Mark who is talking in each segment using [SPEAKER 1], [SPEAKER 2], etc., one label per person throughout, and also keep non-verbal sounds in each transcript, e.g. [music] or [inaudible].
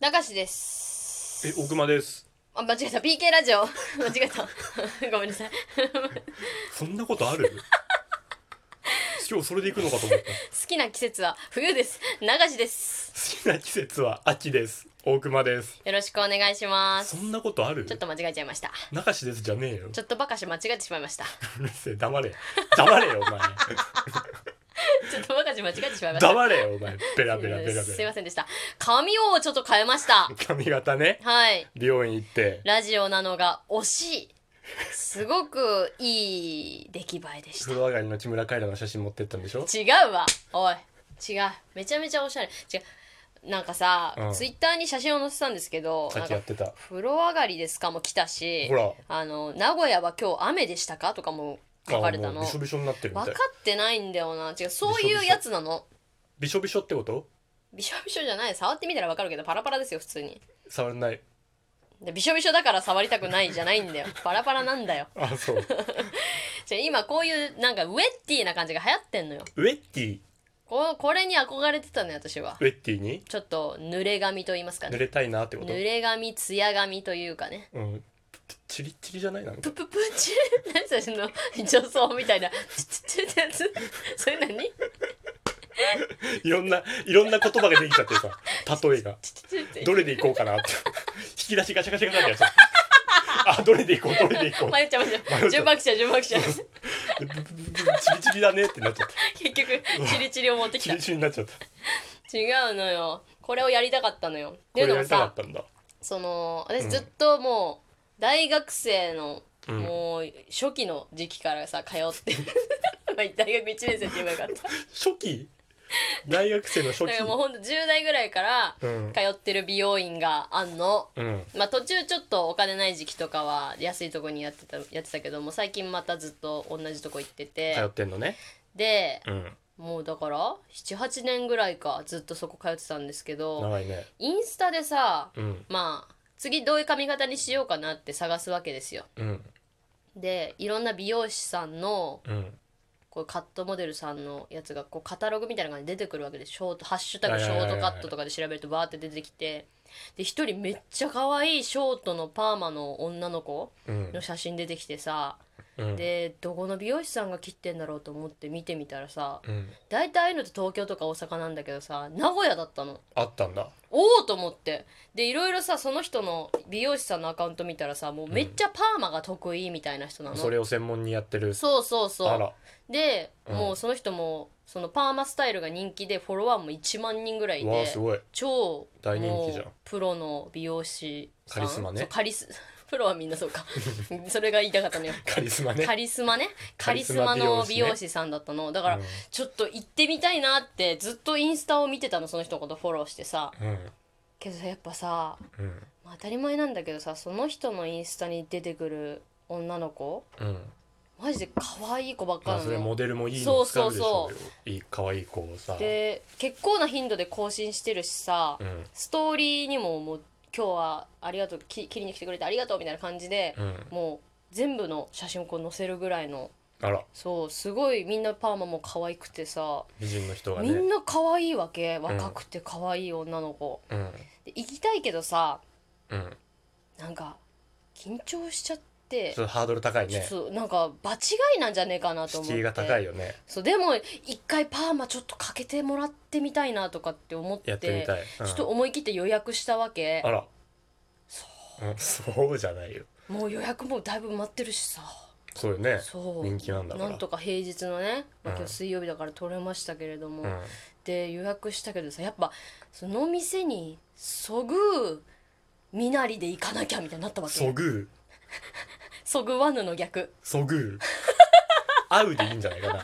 [SPEAKER 1] 中志です
[SPEAKER 2] え、奥間です。
[SPEAKER 1] あ間違えた PK ラジオ [laughs] 間違えたごめんなさい
[SPEAKER 2] そんなこと
[SPEAKER 1] [laughs]
[SPEAKER 2] ある今日それで行くのかと思った。
[SPEAKER 1] 好きな季節は冬です中志です
[SPEAKER 2] 好きな季節は秋です。大熊です。
[SPEAKER 1] よろしくお願いします
[SPEAKER 2] そんなことある
[SPEAKER 1] ちょっと間違えちゃいました
[SPEAKER 2] 中志ですじゃねえよ。
[SPEAKER 1] ちょっとバカし間違えてしまいました [laughs]
[SPEAKER 2] うるせえ、黙れ。黙れよ、お前。
[SPEAKER 1] ちょっとバカし間違えてしまいました
[SPEAKER 2] 黙れよ、お前。ベラベラベラ
[SPEAKER 1] す
[SPEAKER 2] ベ
[SPEAKER 1] い
[SPEAKER 2] ラ
[SPEAKER 1] ま。せんでした髪をちょっと変えました
[SPEAKER 2] 髪型ね。
[SPEAKER 1] はい
[SPEAKER 2] 美容院行って。
[SPEAKER 1] ラジオなのが惜しいすごくいい出来栄えでした
[SPEAKER 2] 風呂上がりの木村カエラの写真持ってったんでしょ
[SPEAKER 1] 違うわおい違うめちゃめちゃおしゃれ違うなんかさ、
[SPEAKER 2] うん
[SPEAKER 1] ツイッターに写真を載せたんですけど
[SPEAKER 2] さ
[SPEAKER 1] な
[SPEAKER 2] っ
[SPEAKER 1] ん
[SPEAKER 2] きや
[SPEAKER 1] か
[SPEAKER 2] ってた。
[SPEAKER 1] 風呂上がりですかも来たし
[SPEAKER 2] ほら。
[SPEAKER 1] あの名古屋は今日雨でしたかとかも書かれたの
[SPEAKER 2] もうびしょ
[SPEAKER 1] 分
[SPEAKER 2] びしょになってるみ
[SPEAKER 1] か
[SPEAKER 2] たい。
[SPEAKER 1] ってないんだよな違うそういうやつなの
[SPEAKER 2] びしょびしょってこと
[SPEAKER 1] びしょびしょじゃない触ってみたら分かるけどパラパラですよ普通に
[SPEAKER 2] 触れない。
[SPEAKER 1] でびしょびしょだから触りたくないじゃないん
[SPEAKER 2] [laughs]
[SPEAKER 1] だよパラパラなんだよ
[SPEAKER 2] あ、そう。
[SPEAKER 1] 違う今こういうなんかウェッティな感じが流行ってんのよ
[SPEAKER 2] ウェッティ。
[SPEAKER 1] ここれに憧れてたのよ私は
[SPEAKER 2] ウェッテ
[SPEAKER 1] [laughs]
[SPEAKER 2] ィに
[SPEAKER 1] ちょっと濡れ髪と言いますかね
[SPEAKER 2] 濡れたいなってこと
[SPEAKER 1] 濡れ髪艶髪というかね
[SPEAKER 2] うん。チリッチリじゃないなんか。
[SPEAKER 1] プププチ何それの女装みたいなチチチってやつそれ何
[SPEAKER 2] いろんな、いろんな言葉ができちゃってさ、例えが。
[SPEAKER 1] チチチって
[SPEAKER 2] どれでいこうかなって。引き出しガシャガシャガシャってやつ。あ、どれでいこう、どれでいこう。
[SPEAKER 1] 迷っちゃう迷っちゃう
[SPEAKER 2] 迷っちゃ
[SPEAKER 1] 順
[SPEAKER 2] う
[SPEAKER 1] 番来ちゃう順番来ちゃう
[SPEAKER 2] ブブブブブチリチリだねってなっちゃった。
[SPEAKER 1] 結局チリチリを持ってき
[SPEAKER 2] チ
[SPEAKER 1] た
[SPEAKER 2] リチリになっちゃった。
[SPEAKER 1] 違うのよこれをやりたかったのよってい
[SPEAKER 2] こ
[SPEAKER 1] う
[SPEAKER 2] れ
[SPEAKER 1] の
[SPEAKER 2] や
[SPEAKER 1] も
[SPEAKER 2] りたかっ
[SPEAKER 1] さ
[SPEAKER 2] たんだ。
[SPEAKER 1] その私ずっともう大学生の
[SPEAKER 2] うん
[SPEAKER 1] もう初期の時期からさ通って [laughs] まあ大学1年生って言えばよかった
[SPEAKER 2] 初期大学生の初期
[SPEAKER 1] だからもうほんと10代ぐらいから
[SPEAKER 2] うん
[SPEAKER 1] 通。ってる美容院があんの
[SPEAKER 2] うん。
[SPEAKER 1] まあ途中ちょっとお金ない時期とかは安いとこにやってたやってたけども最近またずっと同じとこ行って
[SPEAKER 2] 通
[SPEAKER 1] て
[SPEAKER 2] ってんのね。
[SPEAKER 1] で
[SPEAKER 2] うん。
[SPEAKER 1] もうだから78年ぐらいかずっとそこ通ってたんですけど
[SPEAKER 2] 長いね。
[SPEAKER 1] インスタでさ
[SPEAKER 2] うん。
[SPEAKER 1] まあ次どういう髪型にしようかなって探すわけですよ
[SPEAKER 2] うん。
[SPEAKER 1] でいろんな美容師さんの
[SPEAKER 2] うん。
[SPEAKER 1] こういうカットモデルさんのやつがこうカタログみたいな感じで出てくるわけでショート「ハッシュタグ
[SPEAKER 2] はい
[SPEAKER 1] シ
[SPEAKER 2] は
[SPEAKER 1] ョ
[SPEAKER 2] いはいは
[SPEAKER 1] ー
[SPEAKER 2] い
[SPEAKER 1] トカット」とかで調べるとバーって出てきてで一人めっちゃ可愛いショートのパーマの女の子
[SPEAKER 2] うん
[SPEAKER 1] の。写真出てきてさ
[SPEAKER 2] うん。
[SPEAKER 1] でどこの美容師さんが切ってんだろうと思って見てみたらさ
[SPEAKER 2] うん。
[SPEAKER 1] 大体ああいうのって東京とか大阪なんだけどさ名古屋だったの
[SPEAKER 2] あったんだ。
[SPEAKER 1] おおと思ってでいろいろさその人の美容師さんのアカウント見たらさもうめっちゃパーマが得意みたいな人なの、
[SPEAKER 2] それを専門にやってる。
[SPEAKER 1] そうそうそ
[SPEAKER 2] あ
[SPEAKER 1] う
[SPEAKER 2] ら。
[SPEAKER 1] で、
[SPEAKER 2] うん
[SPEAKER 1] もうその人もそのパーマスタイルが人気でフォロワーも1万人ぐらい
[SPEAKER 2] わあ、
[SPEAKER 1] です
[SPEAKER 2] ごい。
[SPEAKER 1] 超
[SPEAKER 2] 大人気じゃん
[SPEAKER 1] もうプロの美容師さん
[SPEAKER 2] カリスマね
[SPEAKER 1] そうカリス [laughs] プロはみんなそうかそれが言いたかったのよ
[SPEAKER 2] カリスマね。
[SPEAKER 1] カリスマねカ
[SPEAKER 2] カ
[SPEAKER 1] リ
[SPEAKER 2] リ
[SPEAKER 1] ス
[SPEAKER 2] ス
[SPEAKER 1] マ
[SPEAKER 2] マ
[SPEAKER 1] の美
[SPEAKER 2] 美容師ね
[SPEAKER 1] 容師さんだったのだから、
[SPEAKER 2] うん
[SPEAKER 1] ちょっと行ってみたいなってずっとインスタを見てたのその人のことフォローしてさ
[SPEAKER 2] うん。
[SPEAKER 1] けどさやっぱさ、
[SPEAKER 2] うん。
[SPEAKER 1] まあ当たり前なんだけどさその人のインスタに出てくる女の子
[SPEAKER 2] うん。
[SPEAKER 1] マジで可愛い子ばっか
[SPEAKER 2] まあ
[SPEAKER 1] な
[SPEAKER 2] それ
[SPEAKER 1] の
[SPEAKER 2] モデルもいい
[SPEAKER 1] そ
[SPEAKER 2] の
[SPEAKER 1] う
[SPEAKER 2] 使
[SPEAKER 1] そう
[SPEAKER 2] うでしょ
[SPEAKER 1] そう
[SPEAKER 2] うよいい可愛い子をさ
[SPEAKER 1] で結構な頻度で更新してるしさ、
[SPEAKER 2] うん
[SPEAKER 1] ストーリーにももう今日はありがとうき切りに来てくれてありがとうみたいな感じで、
[SPEAKER 2] うん
[SPEAKER 1] もう全部の写真をこう載せるぐらいの
[SPEAKER 2] あら
[SPEAKER 1] そうすごいみんなパーマも可愛くてさ、
[SPEAKER 2] 美人の人が
[SPEAKER 1] みん
[SPEAKER 2] ね
[SPEAKER 1] な可愛いわけ若くて可愛い女の子、
[SPEAKER 2] うん
[SPEAKER 1] で行きたいけどさ
[SPEAKER 2] うん
[SPEAKER 1] なんか緊張しちゃって
[SPEAKER 2] ちょっとハードル高い
[SPEAKER 1] ち
[SPEAKER 2] ね
[SPEAKER 1] ょっとなんか場違いなんじゃねえかなと思っ
[SPEAKER 2] 敷
[SPEAKER 1] て
[SPEAKER 2] 居が高いよね
[SPEAKER 1] そうでも一回パーマちょっとかけてもらってみたいなとかって思って
[SPEAKER 2] やってみたいうん
[SPEAKER 1] ちょっと思い切って予約したわけ
[SPEAKER 2] あらそうそうじゃないよ
[SPEAKER 1] もう予約もだいぶ待ってるしさ
[SPEAKER 2] そうよね
[SPEAKER 1] そう
[SPEAKER 2] 人気なんだから
[SPEAKER 1] なんとか平日のね、まあ
[SPEAKER 2] うん
[SPEAKER 1] 今日水曜日だから取れましたけれども、
[SPEAKER 2] うん
[SPEAKER 1] で予約したけどさやっぱその店にそぐ身なりで行かなきゃみたいになったわけ
[SPEAKER 2] そぐう
[SPEAKER 1] そぐわぬの逆 [laughs]
[SPEAKER 2] そぐう会うでいいんじゃないかな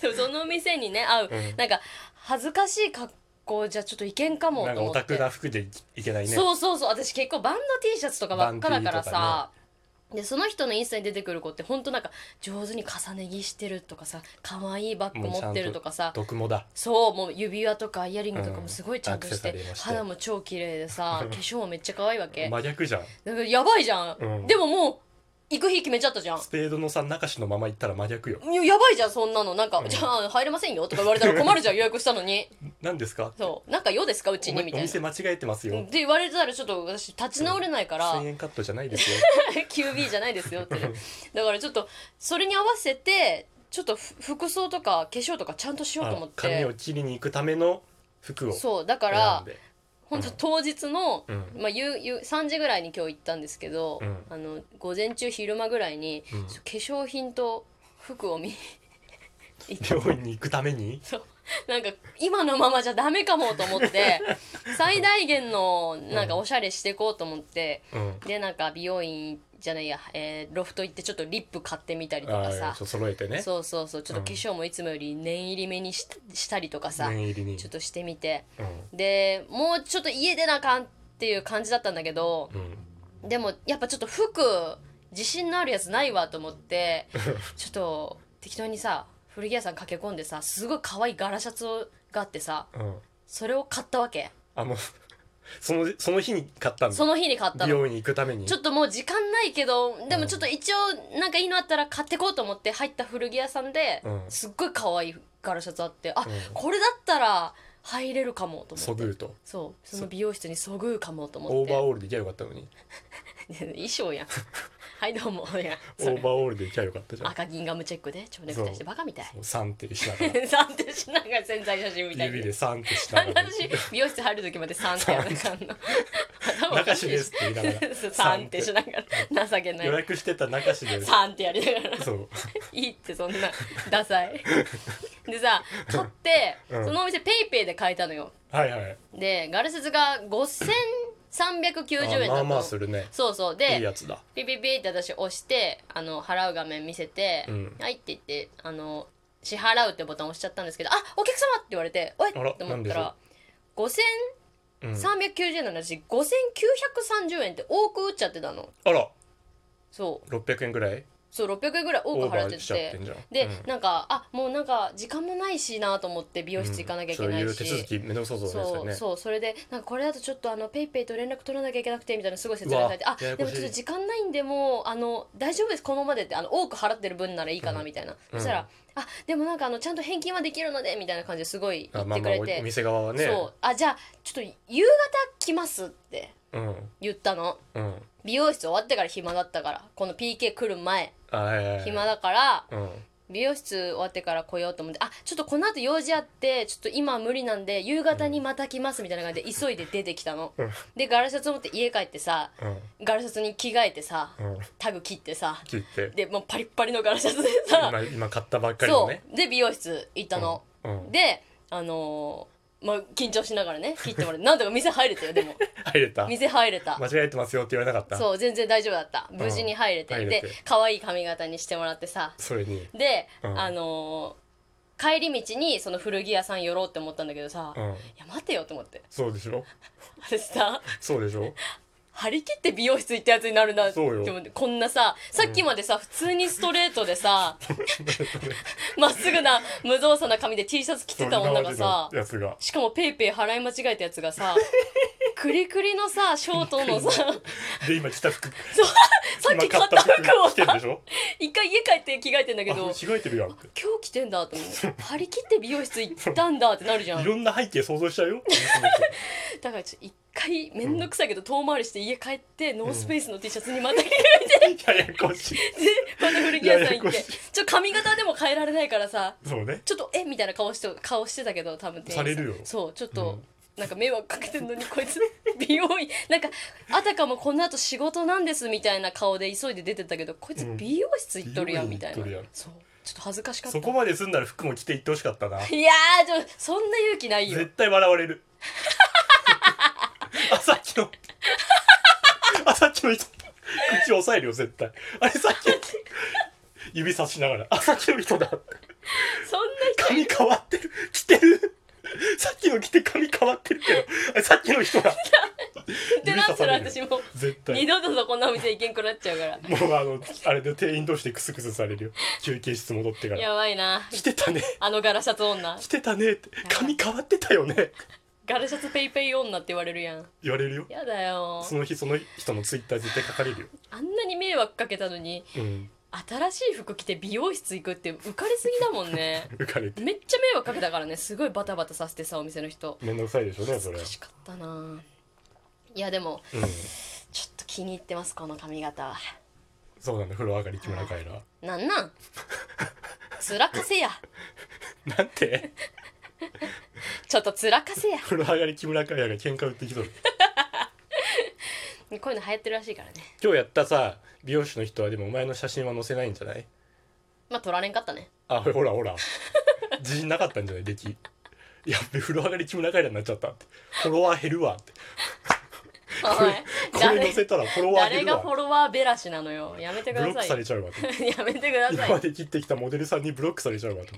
[SPEAKER 1] そうその店にね会う、
[SPEAKER 2] うん
[SPEAKER 1] なんか恥ずかしい格好じゃちょっといけんかもと
[SPEAKER 2] な
[SPEAKER 1] 思
[SPEAKER 2] ん
[SPEAKER 1] って
[SPEAKER 2] かオタクな服でいけないね
[SPEAKER 1] そうそうそう私結構バンド T シャツとかばっかだからさ、でその人のインスタに出てくる子ってほんとなんか上手に重ね着してるとかさ可愛いバッグ持ってるとかさ
[SPEAKER 2] 毒もだ
[SPEAKER 1] そうもう指輪とかイヤリングとかもすごいちゃんとして,、
[SPEAKER 2] うんアクセサリーもして
[SPEAKER 1] 肌も
[SPEAKER 2] [laughs]
[SPEAKER 1] 超綺麗でさ化粧もめっちゃ可愛いわけ、
[SPEAKER 2] 真逆じゃん
[SPEAKER 1] だからやばいじゃん、
[SPEAKER 2] うん
[SPEAKER 1] でもも行く日決めちゃったじゃん
[SPEAKER 2] スペードのさ中しのまま行ったら真逆よ
[SPEAKER 1] いややばいじゃんそんなのなんか、
[SPEAKER 2] うん
[SPEAKER 1] じゃあ入れませんよとか言われたら困るじゃん [laughs] 予約したのに
[SPEAKER 2] 何ですか
[SPEAKER 1] そうなんか用ですかう
[SPEAKER 2] お
[SPEAKER 1] ちにみた
[SPEAKER 2] お
[SPEAKER 1] いな
[SPEAKER 2] 店間違えてます
[SPEAKER 1] うん
[SPEAKER 2] よ
[SPEAKER 1] って言われたらちょっと私立ち直れないから [laughs]
[SPEAKER 2] 1000円カットじゃないですよ
[SPEAKER 1] QB じゃないですよって
[SPEAKER 2] [laughs]
[SPEAKER 1] だからちょっとそれに合わせてちょっとふ服装とか化粧とかちゃんとしようと思っ
[SPEAKER 2] あ髪を
[SPEAKER 1] て
[SPEAKER 2] 切りに行くための服を選んで
[SPEAKER 1] そうだから本当当日の、
[SPEAKER 2] うん
[SPEAKER 1] まあ、ゆうゆう3時ぐらいに今日行ったんですけど、
[SPEAKER 2] うん
[SPEAKER 1] あの午前中昼間ぐらいに、
[SPEAKER 2] うん
[SPEAKER 1] ちょ化粧品と服を見行って
[SPEAKER 2] 病院に行くために
[SPEAKER 1] なんか今のままじゃダメかもと思って最大限のなんかおしゃれしていこうと思って、
[SPEAKER 2] うん
[SPEAKER 1] でなんか美容院じゃないや、えーロフト行ってちょっとリップ買ってみたりと
[SPEAKER 2] あ
[SPEAKER 1] か
[SPEAKER 2] ー
[SPEAKER 1] さ
[SPEAKER 2] ちょっと揃えてね
[SPEAKER 1] そうそうそうちょっと化粧もいつもより念入りめにししたりとかさ、
[SPEAKER 2] 念入りに
[SPEAKER 1] ちょっとしてみて
[SPEAKER 2] うん
[SPEAKER 1] でもうちょっと家出なあかんっていう感じだったんだけど
[SPEAKER 2] うん
[SPEAKER 1] でもやっぱちょっと服自信のあるやつないわと思ってちょっと適当にさ古着屋さん駆け込んでさすごい可愛い柄シャツがあってさ
[SPEAKER 2] うん
[SPEAKER 1] それを買ったわけ
[SPEAKER 2] あもう [laughs] そのその日に買ったんだ
[SPEAKER 1] その日に買った
[SPEAKER 2] 美
[SPEAKER 1] の
[SPEAKER 2] 容院に行くために
[SPEAKER 1] ちょっともう時間ないけどでもちょっと一応なんかいいのあったら買ってこうと思って入った古着屋さんで
[SPEAKER 2] うん
[SPEAKER 1] すっごい可愛い柄シャツあってあ
[SPEAKER 2] うん
[SPEAKER 1] これだったら入れるかもと思
[SPEAKER 2] そ
[SPEAKER 1] って
[SPEAKER 2] ぐうと
[SPEAKER 1] そうその美容室にそぐうかもと思
[SPEAKER 2] オ
[SPEAKER 1] っ
[SPEAKER 2] ーバー
[SPEAKER 1] て
[SPEAKER 2] オールで行きゃよかったのに
[SPEAKER 1] [laughs] 衣装やんはいどうもいや
[SPEAKER 2] [laughs] オ
[SPEAKER 1] それ
[SPEAKER 2] ーバーオールで行きゃよかったじゃん
[SPEAKER 1] 赤銀ガムチェックで蝶ネクタイしてバカみたい [laughs]
[SPEAKER 2] もう3ってしながら
[SPEAKER 1] 3ってしながら潜在写真みたい
[SPEAKER 2] 指で
[SPEAKER 1] に
[SPEAKER 2] 3ってしながら
[SPEAKER 1] [laughs] 私美容室入る時まで3ってやらなあかんの頭お
[SPEAKER 2] 中
[SPEAKER 1] か
[SPEAKER 2] 志
[SPEAKER 1] しい
[SPEAKER 2] で
[SPEAKER 1] です
[SPEAKER 2] って言いながら
[SPEAKER 1] 3ってしながら情けな
[SPEAKER 2] [laughs] 予
[SPEAKER 1] い
[SPEAKER 2] 約してた中志で
[SPEAKER 1] 3ってやりながら
[SPEAKER 2] そう
[SPEAKER 1] いいってそんなダサ
[SPEAKER 2] [laughs]
[SPEAKER 1] いでさ買って、
[SPEAKER 2] うん
[SPEAKER 1] そのお店ペイペイで買えたのよ
[SPEAKER 2] はいはい
[SPEAKER 1] でガルセツが5390円だった
[SPEAKER 2] あま
[SPEAKER 1] の
[SPEAKER 2] あまあするね
[SPEAKER 1] そうそう
[SPEAKER 2] いい
[SPEAKER 1] で
[SPEAKER 2] やつだ
[SPEAKER 1] ピピピって私押してあの払う画面見せて「
[SPEAKER 2] うん
[SPEAKER 1] はい」って言ってあの支払うってボタン押しちゃったんですけど「あお客様!」って言われて「おい!」
[SPEAKER 2] あら
[SPEAKER 1] って思
[SPEAKER 2] なん
[SPEAKER 1] っ
[SPEAKER 2] で
[SPEAKER 1] た
[SPEAKER 2] しょ
[SPEAKER 1] ら5390
[SPEAKER 2] うん
[SPEAKER 1] 円なのに私5930円って多く打っちゃってたの
[SPEAKER 2] あら
[SPEAKER 1] そう
[SPEAKER 2] 600円ぐらい
[SPEAKER 1] そう600円ぐらい多く
[SPEAKER 2] オー
[SPEAKER 1] 払
[SPEAKER 2] バ
[SPEAKER 1] って
[SPEAKER 2] ー
[SPEAKER 1] て
[SPEAKER 2] しちゃってんじゃん
[SPEAKER 1] で、
[SPEAKER 2] うん
[SPEAKER 1] なんかあもうなんか時間もないしなと思って美容室行かなきゃいけな
[SPEAKER 2] うん
[SPEAKER 1] い
[SPEAKER 2] そ
[SPEAKER 1] し、
[SPEAKER 2] ういう手続き面倒くさそうです
[SPEAKER 1] そ
[SPEAKER 2] よ
[SPEAKER 1] う
[SPEAKER 2] ね
[SPEAKER 1] そうそれでなんかこれだとちょっとあのペイペイと連絡取らなきゃいけなくてみたいなすごい説明されて
[SPEAKER 2] うわ
[SPEAKER 1] あ
[SPEAKER 2] やや
[SPEAKER 1] で
[SPEAKER 2] こ
[SPEAKER 1] も
[SPEAKER 2] しい
[SPEAKER 1] ちょっと時間ないんでもうあの大丈夫ですこのままでってあの多く払ってる分ならいいかなみたいな、
[SPEAKER 2] うん
[SPEAKER 1] そしたら、あでもなんかあのちゃんと返金はできるのでみたいな感じですごい言
[SPEAKER 2] あ
[SPEAKER 1] っ
[SPEAKER 2] まあ
[SPEAKER 1] てく
[SPEAKER 2] まあ
[SPEAKER 1] れ
[SPEAKER 2] お
[SPEAKER 1] て、
[SPEAKER 2] 店側はね
[SPEAKER 1] そうあじゃあちょっと夕方来ますって
[SPEAKER 2] うん
[SPEAKER 1] 言ったの
[SPEAKER 2] うん
[SPEAKER 1] 美容室終わってから暇だったからこの PK 来る前
[SPEAKER 2] あはいはいはい
[SPEAKER 1] 暇だから、
[SPEAKER 2] うん
[SPEAKER 1] 美容室終わってから来ようと思って「あちょっとこの後用事あってちょっと今は無理なんで夕方にまた来ます」みたいな感じで急いで出てきたの
[SPEAKER 2] うん
[SPEAKER 1] でガラシャツ持って家帰ってさ
[SPEAKER 2] うん
[SPEAKER 1] ガラシャツに着替えてさ
[SPEAKER 2] うん
[SPEAKER 1] タグ切ってさ
[SPEAKER 2] 聞いて
[SPEAKER 1] でもうパリッパリのガラシャツでさ、
[SPEAKER 2] 今今買ったばっかりの
[SPEAKER 1] そ
[SPEAKER 2] ね
[SPEAKER 1] うで美容室行ったの、
[SPEAKER 2] うんうん
[SPEAKER 1] であのーまあ緊張しながらね切ってもらってなんとか店入れたよ
[SPEAKER 2] [laughs]
[SPEAKER 1] でも
[SPEAKER 2] 入れた間
[SPEAKER 1] 店入れた
[SPEAKER 2] 違えてますよって言われなかった
[SPEAKER 1] そう全然大丈夫だった無事に入れて、
[SPEAKER 2] うん入れ
[SPEAKER 1] で
[SPEAKER 2] て
[SPEAKER 1] 可愛い髪型にしてもらってさ
[SPEAKER 2] それに
[SPEAKER 1] で、
[SPEAKER 2] うん
[SPEAKER 1] あのー帰り道にその古着屋さん寄ろうって思ったんだけどさ、
[SPEAKER 2] う
[SPEAKER 1] い
[SPEAKER 2] ん
[SPEAKER 1] や待てよと思って
[SPEAKER 2] そうでしょ
[SPEAKER 1] 私さ
[SPEAKER 2] そうでしょ
[SPEAKER 1] 張り切って美容室行ったやつになるなって
[SPEAKER 2] そうよ
[SPEAKER 1] 思ってこんなささっきまでさ、普通にストレートでさ
[SPEAKER 2] [laughs]
[SPEAKER 1] まっすぐな無造作な髪で T シャツ着てた女がさ
[SPEAKER 2] そんなわけのやつが
[SPEAKER 1] しかもペイペイ払い間違えたやつが
[SPEAKER 2] [laughs]
[SPEAKER 1] さクリクリのさショートのささ
[SPEAKER 2] で今着た服
[SPEAKER 1] っき
[SPEAKER 2] 今
[SPEAKER 1] 買った服を
[SPEAKER 2] 着てるで
[SPEAKER 1] さ
[SPEAKER 2] しょ
[SPEAKER 1] 一回家帰って着替えてんだけ
[SPEAKER 2] あ
[SPEAKER 1] ど
[SPEAKER 2] 着
[SPEAKER 1] 今
[SPEAKER 2] 替えてるやんって
[SPEAKER 1] 日着てんだと思って張り切って美容室行ったんだってなるじゃん
[SPEAKER 2] いろんな背景想像しちゃうよ
[SPEAKER 1] だからちょっと一回めんどくさいけど遠回りして家帰ってノースペースの T シャツにまた着替えて [laughs]
[SPEAKER 2] ややこしい
[SPEAKER 1] また古着屋さん
[SPEAKER 2] や
[SPEAKER 1] 行
[SPEAKER 2] や
[SPEAKER 1] っ
[SPEAKER 2] こ
[SPEAKER 1] て
[SPEAKER 2] しい
[SPEAKER 1] ちょっと髪型でも変えられないからさ
[SPEAKER 2] そうね
[SPEAKER 1] ちょっとえみたいな顔して顔してたけど多分店員さん
[SPEAKER 2] されるよ
[SPEAKER 1] そうちょっと、なんか迷惑かけてんのにこいつ美容院なんかあたかもこの後仕事なんですみたいな顔で急いで出てったけどこいつ
[SPEAKER 2] うん
[SPEAKER 1] 美容室行っとるやんみ
[SPEAKER 2] 美
[SPEAKER 1] た
[SPEAKER 2] 容
[SPEAKER 1] いな、
[SPEAKER 2] 院行っとるやん
[SPEAKER 1] そうちょっと恥ずかしかった
[SPEAKER 2] そこまですんなら服も着ていってほしかったない
[SPEAKER 1] やーちょそんな勇気ないよ
[SPEAKER 2] 絶対笑わ
[SPEAKER 1] [laughs]
[SPEAKER 2] れるあさっきのあさっきの人口押さえるよ絶対あれさっきの人指さしながらあさっきの人だ
[SPEAKER 1] そんな
[SPEAKER 2] 髪変わってる着てるさっきの着て髪変わってるけどあれさっきの人だ
[SPEAKER 1] 人ってなったら
[SPEAKER 2] 指
[SPEAKER 1] 私も
[SPEAKER 2] 絶
[SPEAKER 1] 二
[SPEAKER 2] 対
[SPEAKER 1] 度とそこんなお店行けんくなっちゃうから
[SPEAKER 2] もうあのあれで店員同士でクスクスされるよ休憩室戻ってから
[SPEAKER 1] やばいな
[SPEAKER 2] 着てたね
[SPEAKER 1] あのガラシャツ女
[SPEAKER 2] 着てたねって髪変わってたよね
[SPEAKER 1] ガルシャツペイペイ女って言われるやん
[SPEAKER 2] 言われるよ
[SPEAKER 1] やだよ
[SPEAKER 2] その日その人のツイッター絶対書かれるよ、
[SPEAKER 1] あんなに迷惑かけたのに
[SPEAKER 2] うん、
[SPEAKER 1] 新しい服着て美容室行くって浮かれすぎだもん
[SPEAKER 2] [laughs]
[SPEAKER 1] ね
[SPEAKER 2] 浮かれて
[SPEAKER 1] めっちゃ迷惑かけたからねすごいバタバタさせてさお店の人
[SPEAKER 2] 面倒くさいでしょうね
[SPEAKER 1] 恥
[SPEAKER 2] そ
[SPEAKER 1] ず
[SPEAKER 2] れ
[SPEAKER 1] かしかったないやでも
[SPEAKER 2] うん
[SPEAKER 1] ちょっと気に入ってますこの髪型は
[SPEAKER 2] そうなんだ風呂上がり木村カエラ
[SPEAKER 1] なん
[SPEAKER 2] [laughs]
[SPEAKER 1] なん面かせや
[SPEAKER 2] なんて
[SPEAKER 1] ちょっと面かせや
[SPEAKER 2] 風呂上がり木村カエラが喧嘩売ってきとる
[SPEAKER 1] こういうの流行ってるらしいからね
[SPEAKER 2] 今日やったさ美容師の人はでもお前の写真は載せないんじゃない
[SPEAKER 1] まあ取られんかったね
[SPEAKER 2] あほらほら自信なかったんじゃない出来やっべ風呂上がり木村カエラになっちゃったってフォロワー減るわって
[SPEAKER 1] お
[SPEAKER 2] [laughs] これこれ載
[SPEAKER 1] 誰
[SPEAKER 2] せたらフォロワー
[SPEAKER 1] 誰
[SPEAKER 2] 減る
[SPEAKER 1] が
[SPEAKER 2] わ
[SPEAKER 1] フォロワーべらしなのよやめて
[SPEAKER 2] ブ
[SPEAKER 1] く
[SPEAKER 2] ロ
[SPEAKER 1] だ
[SPEAKER 2] ック
[SPEAKER 1] さい
[SPEAKER 2] さ
[SPEAKER 1] よ
[SPEAKER 2] れちゃうわ
[SPEAKER 1] [laughs]
[SPEAKER 2] と
[SPEAKER 1] やめてくださ
[SPEAKER 2] 今ま
[SPEAKER 1] い
[SPEAKER 2] で切ってきたモデルさんにブロックされちゃうわと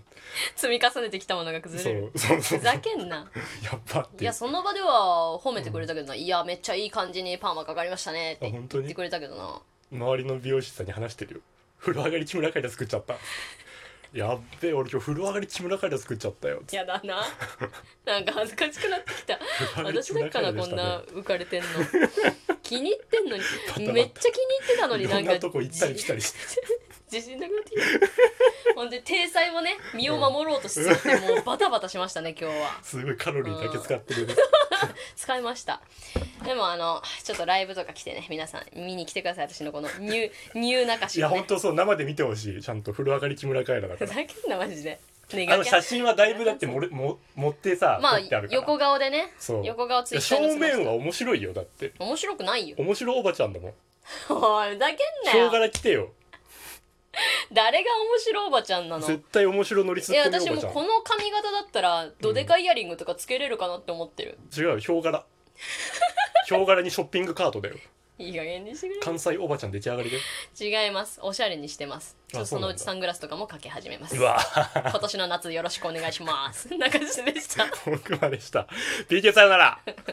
[SPEAKER 1] 積み重ねてきたものが崩
[SPEAKER 2] そ
[SPEAKER 1] れる
[SPEAKER 2] うそうそう
[SPEAKER 1] ふざけん
[SPEAKER 2] [laughs]
[SPEAKER 1] な
[SPEAKER 2] やっぱっ
[SPEAKER 1] い
[SPEAKER 2] て
[SPEAKER 1] やその場では褒めてくれたけどな、いやめっちゃいい感じにパーマかかりましたねって
[SPEAKER 2] あ本当に
[SPEAKER 1] 言ってくれたけど
[SPEAKER 2] [laughs]
[SPEAKER 1] な
[SPEAKER 2] 周りの美容師さんに話してるよ風呂上がり木村カエラ作っちゃったやっべ俺今日風呂上がり木村カエラ作っちゃったよ
[SPEAKER 1] やだななんか恥ずかしくなってきた私だっかなこんな浮かれ
[SPEAKER 2] [laughs]
[SPEAKER 1] てんの気に入ってんのにめっちゃ気に入ってたの
[SPEAKER 2] い
[SPEAKER 1] に
[SPEAKER 2] ろ
[SPEAKER 1] なんん
[SPEAKER 2] な
[SPEAKER 1] か
[SPEAKER 2] とこ行ったり来たりして
[SPEAKER 1] 自信なくなってき
[SPEAKER 2] [laughs]
[SPEAKER 1] たほんで体裁もね身を守ろうとしすぎてもうバタバタしましたね今日は
[SPEAKER 2] すごいカロリーだけ使ってるね
[SPEAKER 1] 使いましたでもあのちょっとライブとか来てね皆さん見に来てください私のこのニューニュー中
[SPEAKER 2] い
[SPEAKER 1] し
[SPEAKER 2] や
[SPEAKER 1] を、
[SPEAKER 2] 本
[SPEAKER 1] ね、
[SPEAKER 2] 当そう生で見てほしいちゃんと風呂上がり木村カエラだか
[SPEAKER 1] ふ
[SPEAKER 2] ら
[SPEAKER 1] ざけんなマジでね
[SPEAKER 2] あの写真はだいぶだっ
[SPEAKER 1] [laughs]
[SPEAKER 2] てもれも持ってさ、
[SPEAKER 1] まあ
[SPEAKER 2] 撮ってあるから
[SPEAKER 1] 横顔でね
[SPEAKER 2] そう
[SPEAKER 1] 横顔ついて
[SPEAKER 2] 正面は面白いよだって
[SPEAKER 1] 面白くないよ
[SPEAKER 2] 面白おばちゃんだもん
[SPEAKER 1] おいふざけん
[SPEAKER 2] 今日
[SPEAKER 1] な
[SPEAKER 2] か
[SPEAKER 1] よ
[SPEAKER 2] ら来てよ
[SPEAKER 1] 誰が面白おばちゃんなの
[SPEAKER 2] 絶対面白乗りす
[SPEAKER 1] い
[SPEAKER 2] っ
[SPEAKER 1] や
[SPEAKER 2] 込みおば
[SPEAKER 1] 私も
[SPEAKER 2] ちゃ
[SPEAKER 1] この髪型だったらどでかイヤリングとかつけれるかなって思ってる、
[SPEAKER 2] ん違うよヒョ
[SPEAKER 1] [laughs]
[SPEAKER 2] ウ柄ヒョウ柄にショッピングカートだよ
[SPEAKER 1] いい加減にしてくれ
[SPEAKER 2] 関西おばちゃん出来上がりだ
[SPEAKER 1] [laughs]
[SPEAKER 2] よ
[SPEAKER 1] 違いますおしゃれにしてますちょっと
[SPEAKER 2] そ
[SPEAKER 1] そう
[SPEAKER 2] な
[SPEAKER 1] の
[SPEAKER 2] んだ
[SPEAKER 1] うちサングラスとかもかけ始めます
[SPEAKER 2] うわ
[SPEAKER 1] 今 [laughs]
[SPEAKER 2] [laughs]
[SPEAKER 1] 年の夏よろしくお願いします中地でした
[SPEAKER 2] 僕までした PK さよなら